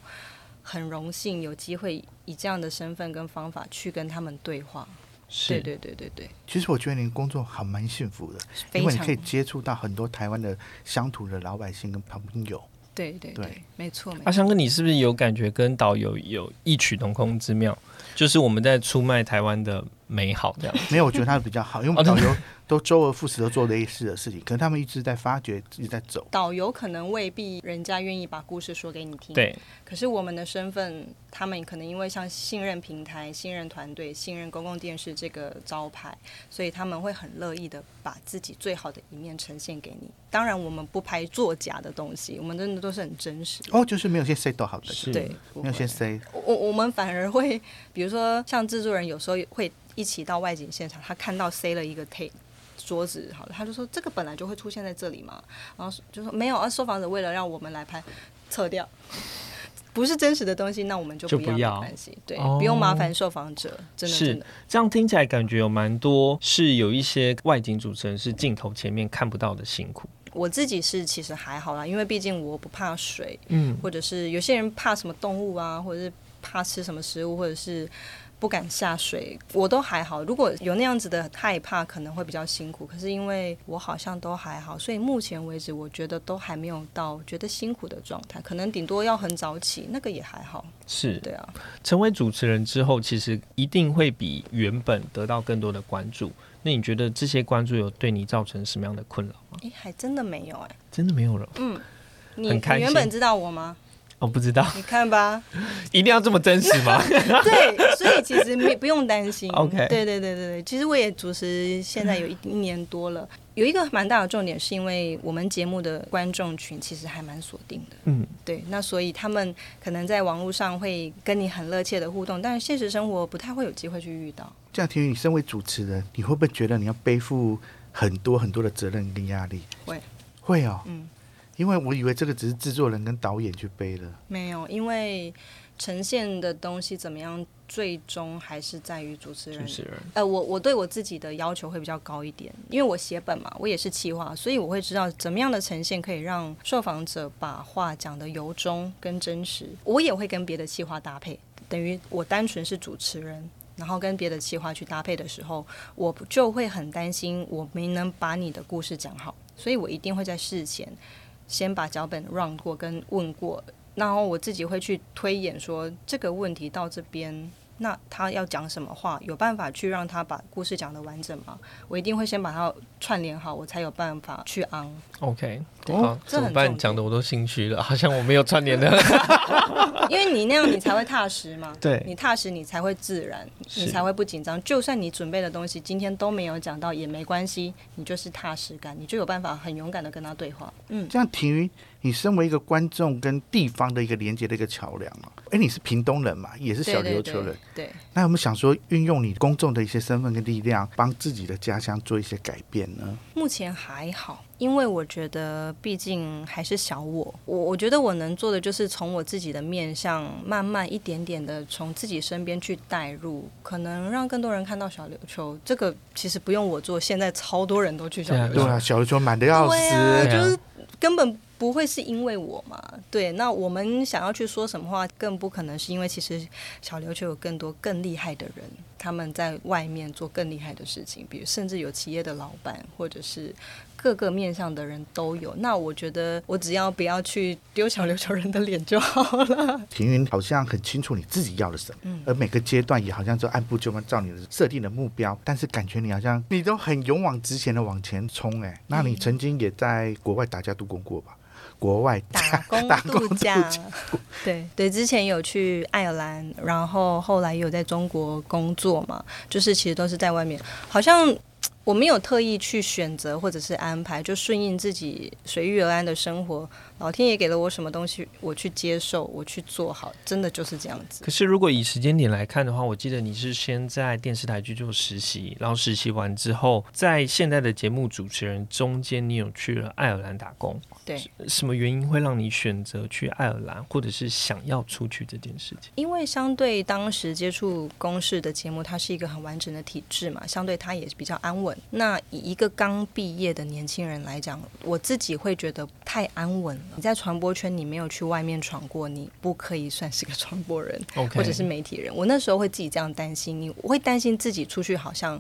D: 很荣幸有机会以这样的身份跟方法去跟他们对话。对
A: 是，
D: 对对对对，
B: 其实我觉得你的工作还蛮幸福的，
D: 非
B: 因为你
D: 常
B: 可以接触到很多台湾的乡土的老百姓跟朋友。
D: 对对
B: 对啊
D: 对，没错没
A: 阿
D: 错。
A: 香哥，你是不是有感觉跟导游有异曲同工之妙？就是我们在出卖台湾的美好，这样
B: 没有，我觉得他比较好，因为我们导游都周而复始都做类似的事情，可是他们一直在发掘，一直在走。
D: 导游可能未必人家愿意把故事说给你听，
A: 对，
D: 可是我们的身份，他们可能因为像信任平台、信任团队、信任公共电视这个招牌，所以他们会很乐意的把自己最好的一面呈现给你。当然，我们不拍作假的东西，我们真的都是很真实。
B: 哦，就是没有先 say 都好的，
A: 是
D: 对，不
B: 没有
D: 会
B: 先 say
D: 我我我们反而会，比如说像制作人有时候会一起到外景现场，他看到塞了一个 tape。桌子好了，他就说这个本来就会出现在这里嘛，然后就说没有啊，收房者为了让我们来拍，撤掉，不是真实的东西，那我们就
A: 就
D: 不要
A: 不要
D: 没关系，对，
A: 哦
D: 不用麻烦受访者，真的
A: 是
D: 真的，
A: 这样听起来感觉有蛮多是有一些外景主持人是镜头前面看不到的辛苦。
D: 我自己是其实还好啦，因为毕竟我不怕水，
A: 嗯，
D: 或者是有些人怕什么动物啊，或者是怕吃什么食物，或者是不敢下水，我都还好。如果有那样子的害怕，可能会比较辛苦。可是因为我好像都还好，所以目前为止，我觉得都还没有到觉得辛苦的状态，可能顶多要很早起，那个也还好。
A: 是
D: 对啊，
A: 成为主持人之后，其实一定会比原本得到更多的关注。那你觉得这些关注有对你造成什么样的困扰吗？
D: 诶，还真的没有哎、
A: 真的没有了，
D: 你
A: 很
D: 你
A: 开心
D: 原本知道我吗？
A: 我、哦不知道，
D: 你看吧，
A: 一定要这么真实 吗？
D: 对，所以其实没不用担心。
A: OK
D: 对对对对对，其实我也主持现在有一一年多了，有一个蛮大的重点，是因为我们节目的观众群其实还蛮锁定的。
A: 嗯，
D: 对，那所以他们可能在网络上会跟你很热切的互动，但是现实生活不太会有机会去遇到。
B: 这样，婷宇，你身为主持人，你会不会觉得你要背负很多很多的责任跟压力？
D: 会，
B: 会哦，
D: 嗯，
B: 因为我以为这个只是制作人跟导演去背了。
D: 没有，因为呈现的东西怎么样，最终还是在于主持人
A: 主持人
D: 呃，我我对我自己的要求会比较高一点，因为我写本嘛，我也是企划，所以我会知道怎么样的呈现可以让受访者把话讲的由衷跟真实。我也会跟别的企划搭配，等于我单纯是主持人，然后跟别的企划去搭配的时候，我就会很担心我没能把你的故事讲好，所以我一定会在事前先把脚本 run 过跟问过，然后我自己会去推演说这个问题到这边。那他要讲什么话，有办法去让他把故事讲得完整吗？我一定会先把它串联好，我才有办法去昂。
A: OK，
B: 哦
A: 好，
D: 这
A: 怎
D: 很
A: 么办？
D: 重
A: 讲
D: 点
A: 的我都心虚了，好 像我没有串联的。
D: 因为你那样你才会踏实嘛。
A: 对
D: 你踏实，你才会自然，
A: 是
D: 你才会不紧张。就算你准备的东西今天都没有讲到也没关系，你就是踏实感，你就有办法很勇敢的跟他对话。嗯，
B: 这样，婷宇，你身为一个观众跟地方的一个连接的一个桥梁嘛，哎，你是屏东人嘛，也是小琉球人，
D: 对。对，
B: 那我们想说，运用你公众的一些身份跟力量，帮自己的家乡做一些改变呢？
D: 目前还好，因为我觉得毕竟还是小我，我我觉得我能做的就是从我自己的面向，慢慢一点点的从自己身边去带入，可能让更多人看到小琉球。这个其实不用我做，现在超多人都去小
A: 对啊
D: 琉球
B: 对啊，小琉球满的要
D: 对啊，
B: 死，
D: 就是根本不会是因为我嘛。对，那我们想要去说什么话，更不可能是因为其实小琉球有更多更厉害的人，他们在外面做更厉害的事情，比如甚至有企业的老板，或者是各个面向的人都有。那我觉得我只要不要去丢小琉球人的脸就好了。
B: 庭云好像很清楚你自己要的什么，
D: 嗯
B: 而每个阶段也好像就按部就班照你的设定的目标，但是感觉你好像你都很勇往直前的往前冲哎、那
D: 嗯
B: 你曾经也在国外打架度工过吧？国外
D: 打工
B: 打
D: 度
B: 工
D: 假， 对对，之前有去爱尔兰，然后后来有在中国工作嘛，就是其实都是在外面，好像。我没有特意去选择或者是安排，就顺应自己随遇而安的生活。老天爷给了我什么东西，我去接受，我去做好，真的就是这样子。
A: 可是如果以时间点来看的话，我记得你是先在电视台去做实习，然后实习完之后，在现在的节目主持人中间，你有去了爱尔兰打工，
D: 对，
A: 什么原因会让你选择去爱尔兰，或者是想要出去这件事情？
D: 因为相对当时接触公视的节目，它是一个很完整的体制嘛，相对它也比较安稳。那以一个刚毕业的年轻人来讲，我自己会觉得太安稳了。你在传播圈，你没有去外面闯过，你不可以算是个传播人
A: OK
D: 或者是媒体人。我那时候会自己这样担心，你我会担心自己出去好像。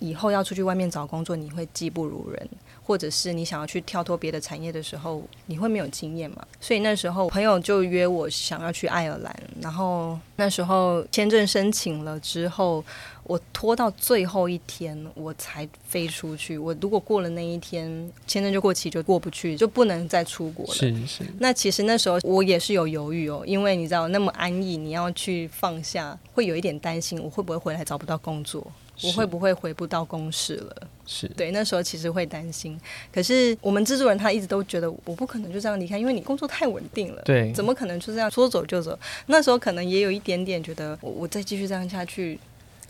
D: 以后要出去外面找工作，你会技不如人，或者是你想要去跳脱别的产业的时候，你会没有经验嘛？所以那时候朋友就约我想要去爱尔兰，然后那时候签证申请了之后，我拖到最后一天我才飞出去。我如果过了那一天，签证就过期，就过不去，就不能再出国了。
A: 是是，
D: 那其实那时候我也是有犹豫哦，因为你知道那么安逸，你要去放下，会有一点担心，我会不会回来找不到工作？我
A: 是
D: 会不会回不到公司了？
A: 是
D: 对，那时候其实会担心。可是我们制作人他一直都觉得我不可能就这样离开，因为你工作太稳定了。
A: 对
D: 怎么可能就这样说走就走？那时候可能也有一点点觉得，我我再继续这样下去，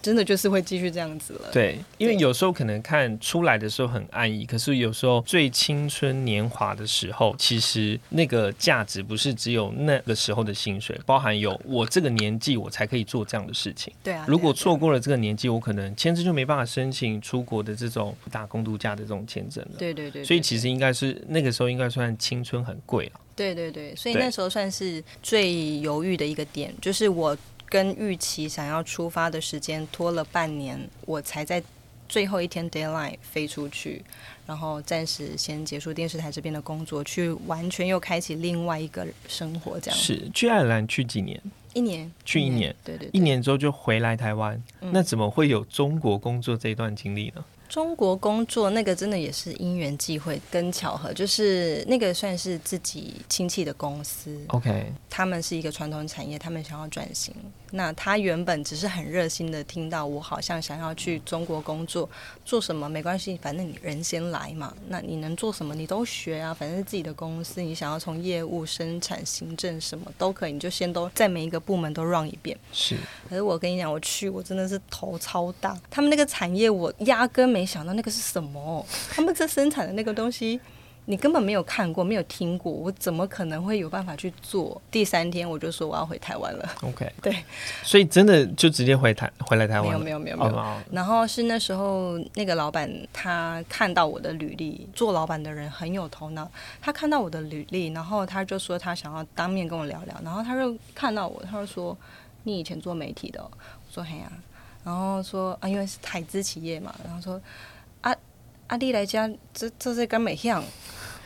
D: 真的就是会继续这样子了。
A: 对，因为
D: 对
A: 有时候可能看出来的时候很安逸，可是有时候最青春年华的时候，其实那个价值不是只有那个时候的薪水，包含有我这个年纪我才可以做这样的事情。
D: 对啊，
A: 如果
D: 对啊
A: 错过了这个年纪，我可能签证就没办法申请出国的这种打工度假的这种签证了。
D: 对对对，
A: 所以
D: 对
A: 其实应该是那个时候应该算青春很贵了。
D: 对对对，所以
A: 对
D: 那时候算是最犹豫的一个点，就是我跟预期想要出发的时间拖了半年，我才在最后一天 deadline 飞出去，然后暂时先结束电视台这边的工作，去完全又开启另外一个生活，这样
A: 是去爱尔兰去几年？
D: 一年
A: 去一年，
D: 对对对
A: 一年之后就回来台湾，
D: 嗯
A: 那怎么会有中国工作这一段经历呢？
D: 中国工作那个真的也是因缘际会跟巧合，就是那个算是自己亲戚的公司
A: OK，
D: 他们是一个传统产业，他们想要转型。那他原本只是很热心的听到我好像想要去中国工作，做什么没关系，反正你人先来嘛。那你能做什么你都学啊，反正是自己的公司，你想要从业务、生产、行政什么都可以，你就先都在每一个部门都 run 一遍。
A: 是
D: 可是我跟你讲，我去我真的是头超大，他们那个产业我压根没想到那个是什么，他们这生产的那个东西。你根本没有看过，没有听过，我怎么可能会有办法去做？第三天我就说我要回台湾了，
A: OK，
D: 对，
A: 所以真的就直接回台回来台
D: 没
A: 湾了？
D: 有没有没有没有。
A: 哦，
D: 然后是那时候那个老板他看到我的履历，做老板的人很有头脑，他看到我的履历，然后他就说他想要当面跟我聊聊，然后他就看到我，他就说你以前做媒体的哦、我说嘿呀、然后说啊因为是台资企业嘛，然后说啊啊你来家这这是跟美向。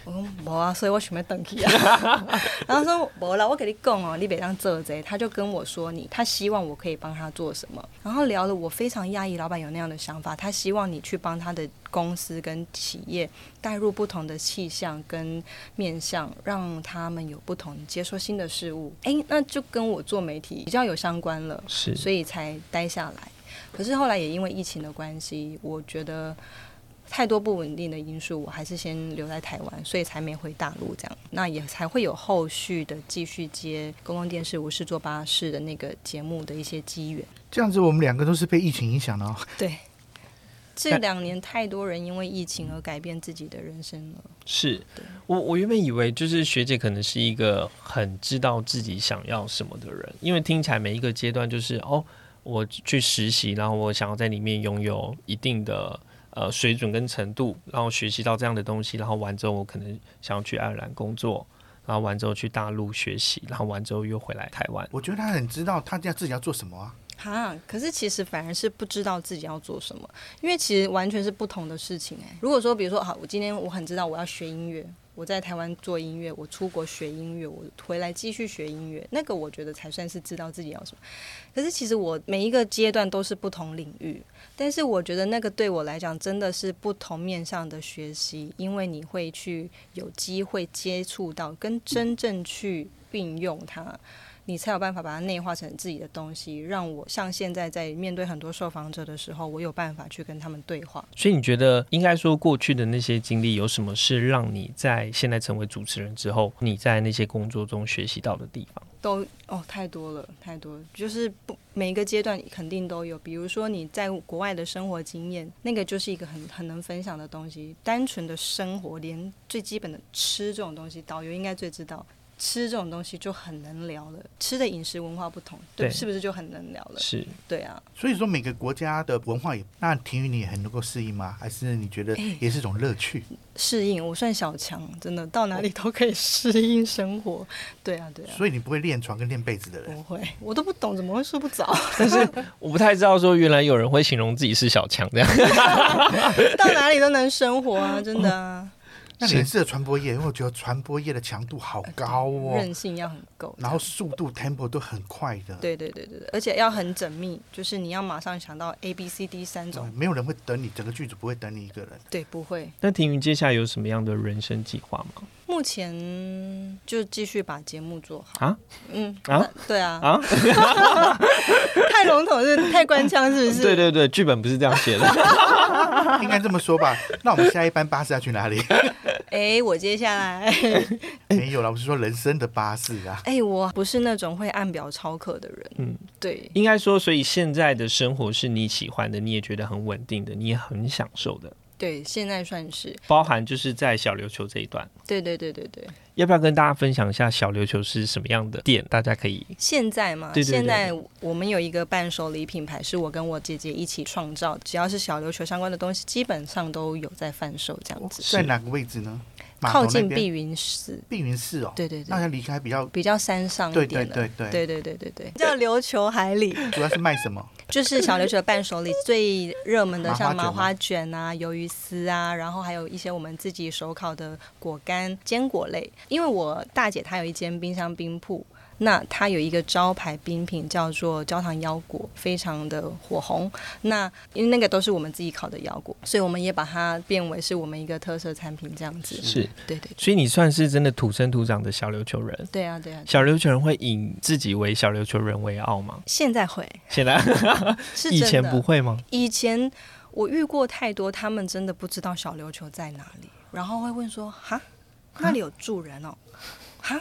D: 我说无啊，所以我想要等去啊。 然后说无啦，我跟你讲哦，你别当做贼。他就跟我说你，他希望我可以帮他做什么。然后聊了，我非常讶异，老板有那样的想法，他希望你去帮他的公司跟企业带入不同的气象跟面向，让他们有不同接受新的事物。诶，那就跟我做媒体比较有相关了。
A: 是
D: 所以才待下来。可是后来也因为疫情的关系，我觉得太多不稳定的因素，我还是先留在台湾，所以才没回大陆这样。那也才会有后续的继续接公共电视《无事做巴士》的那个节目的一些机缘。
B: 这样子我们两个都是被疫情影响的哦。
D: 对，这
A: 但
D: 两年太多人因为疫情而改变自己的人生了。
A: 是我我原本以为就是学姐可能是一个很知道自己想要什么的人，因为听起来每一个阶段就是哦，我去实习，然后我想要在里面拥有一定的呃水准跟程度，然后学习到这样的东西，然后完之后我可能想要去爱尔兰工作，然后完之后去大陆学习，然后完之后又回来台湾。
B: 我觉得他很知道他要自己要做什么啊，
D: 哈，可是其实反而是不知道自己要做什么，因为其实完全是不同的事情哎、如果说比如说好，我今天我很知道我要学音乐，我在台湾做音乐，我出国学音乐，我回来继续学音乐，那个我觉得才算是知道自己要什么。可是其实我每一个阶段都是不同领域，但是我觉得那个对我来讲真的是不同面向的学习，因为你会去有机会接触到，跟真正去运用它。你才有办法把它内化成自己的东西，让我像现在在面对很多受访者的时候，我有办法去跟他们对话。
A: 所以你觉得，应该说过去的那些经历，有什么是让你在现在成为主持人之后，你在那些工作中学习到的地方？
D: 都哦，太多了，太多了，就是不每一个阶段肯定都有。比如说你在国外的生活经验，那个就是一个很很能分享的东西。单纯的生活，连最基本的吃这种东西，导游应该最知道。吃这种东西就很能聊了，吃的饮食文化不同，对，
A: 对
D: 是不是就很能聊了？
A: 是
D: 对啊，
B: 所以说每个国家的文化也，那体育你也很能够适应吗？还是你觉得
D: 哎
B: 也是一种乐趣？
D: 适应，我算小强，真的到哪里都可以适应生活。 对啊，对啊，
B: 所以你不会练床跟练被子的人，
D: 不会，我都不懂怎么会睡不着，
A: 我不太知道说，原来有人会形容自己是小强这样。
D: 到哪里都能生活啊，真的啊，
B: 那你很适合传播业，因为我觉得传播业的强度好高哦，
D: 韧性要很够。
B: 然后速度 tempo 都很快的，
D: 对对对对对，而且要很缜密，就是你要马上想到 A、B、C、D 三
A: 嗯
B: 对，
D: 种。
B: 嗯没有人会等你，整个剧组不会等你一个 人。
D: 对，不会。
A: 那庭云接下来有什么样的人生计划吗？
D: 目前就继续把节目做好。
A: 啊？
D: 嗯
A: 啊
D: 那对啊。
A: 啊
D: 太笼统是不是太官腔是不是？
A: 对对对，剧本不是这样写 的。
B: 应该这么说吧。那我们下一班巴士要去哪 里？
D: 哎，我接下来，
B: 没有了，我是说人生的巴士啊。
D: 哎，我不是那种会按表操课的人。
A: 嗯，
D: 对，
A: 应该说，所以现在的生活是你喜欢的，你也觉得很稳定的，你也很享受的，
D: 对，现在算是。
A: 包含就是在小琉球这一段。
D: 对对对对对。
A: 要不要跟大家分享一下小琉球是什么样的店？大家可以
D: 现在嘛，
A: 对对对
D: 现在我们有一个伴手礼品牌，是我跟我姐姐一起创造，只要是小琉球相关的东西，基本上都有在贩售这样子。
B: 在哪个位置呢？码头
D: 靠
B: 那
D: 近
B: 边
D: 碧云寺，
B: 碧云寺哦。
D: 对对
B: 那
D: 对，
B: 要离开比较，
D: 比较山上
B: 对
D: 一
B: 对
D: 点的。
B: 对对。
D: 对对对对对叫琉球海里，
B: 主要是卖什么？
D: 就是小琉球的伴手礼最热门的，像
B: 麻
D: 麻
B: 花
D: 花卷啊、鱿鱼丝啊，然后还有一些我们自己手烤的果干、坚果类。因为我大姐她有一间冰箱冰铺，那它有一个招牌冰品叫做焦糖腰果，非常的火红。那因为那个都是我们自己烤的腰果，所以我们也把它变为是我们一个特色产品这样子。
A: 是，
D: 对对
A: 所以你算是真的土生土长的小琉球人。
D: 对啊对啊，
A: 小琉球人会以自己为小琉球人为傲吗？
D: 现在会
A: 现在
D: 是真
A: 以
D: 的
A: 前不会吗？
D: 以前我遇过太多，他们真的不知道小琉球在哪里，然后会问说：“哈，那里有住人哦？哈，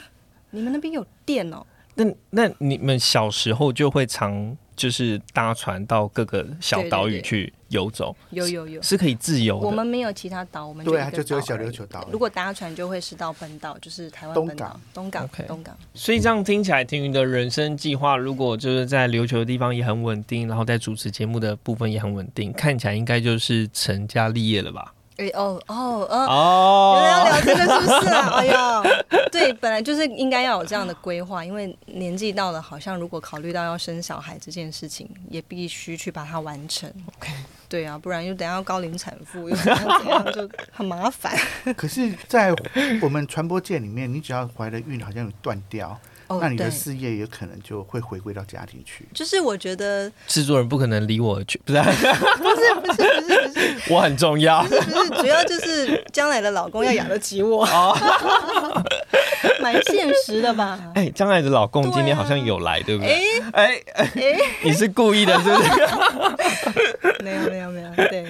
D: 你们那边有店哦
A: 那那你们小时候就会常就是搭船到各个小岛屿
D: 对对对
A: 去游走，？”
D: 有有有，
A: 是可以自由的。
D: 我们没有其他岛，我们
B: 对啊，
D: 一个
B: 就只有
D: 岛
B: 小
D: 而
B: 琉
D: 已
B: 球岛而已。
D: 如果搭船就会是到本岛，就是台湾
B: 东
D: 本岛
B: 港、
D: 东港、
A: OK
D: 东港。
A: 所以这样听起来，庭云的人生计划，如果就是在琉球的地方也很稳定，然后在主持节目的部分也很稳定，看起来应该就是成家立业了吧？
D: 哎哦哦哦，原来要
A: 哦，
D: 聊这个是不是啊？哎呀，对，本来就是应该要有这样的规划，因为年纪到了，好像如果考虑到要生小孩这件事情，也必须去把它完成。
A: OK
D: 对啊，不然又等下要高龄产妇，又怎样怎样，就很麻烦。
B: 可是，在我们传播界里面，你只要怀了孕，好像有断掉，
D: 哦
B: 那你的
D: 对，
B: 事业也可能就会回归到家庭去。
D: 就是我觉得
A: 制作人不可能离我而去，不是、
D: 不是不是不是不是
A: 我很重 要。
D: 不是，主要就是将来的老公要养得起我，蛮现实的吧？
A: 哎，将来的老公
D: 对啊
A: 今天好像有来，对不
D: 哎
A: 对？哎，
D: 哎，
A: 你是故意的，是不是？
D: 没有没有没有，对。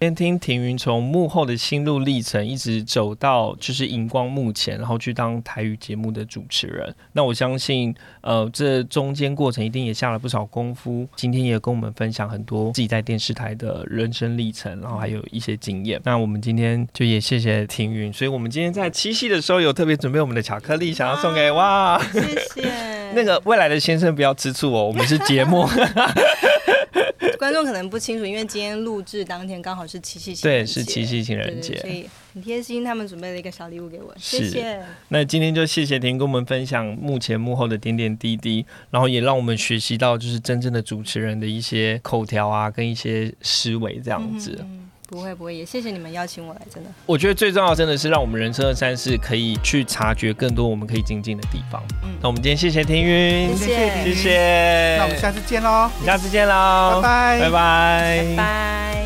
A: 先听庭云从幕后的心路历程，一直走到就是荧光幕前，然后去当台语节目的主持人。那我相信，呃，这中间过程一定也下了不少功夫。今天也跟我们分享很多自己在电视台的人生历程，然后还有一些经验。那我们今天就也谢谢庭云，所以我们今天在七夕的时候有特别准备我们的巧克力，想要送给哇。
D: 谢谢。
A: 那个未来的先生不要吃醋哦，我们是节目。
D: 关观众可能不清楚，因为今天录制当天刚好是七夕情
A: 对，
D: 人节，
A: 是七夕情
D: 对
A: 人
D: 对
A: 节
D: 所。以很贴心，他们准备了一个小礼物给我，
A: 是
D: 谢谢。
A: 那今天就谢谢婷跟我们分享幕前幕后的点点滴滴，然后也让我们学习到就是真正的主持人的一些口条啊，跟一些思维这样子。
D: 嗯，不会不会，也谢谢你们邀请我来，真的。
A: 我觉得最重要的真的是让我们人生二三四可以去察觉更多我们可以精进的地方。
D: 嗯
A: 那我们今天谢谢庭云，
D: 谢
B: 谢
A: 谢
B: 谢
A: 谢，
B: 那我们下次见喽，
A: 下次见喽，
B: 拜
A: 拜
B: 拜
A: 拜
D: 拜。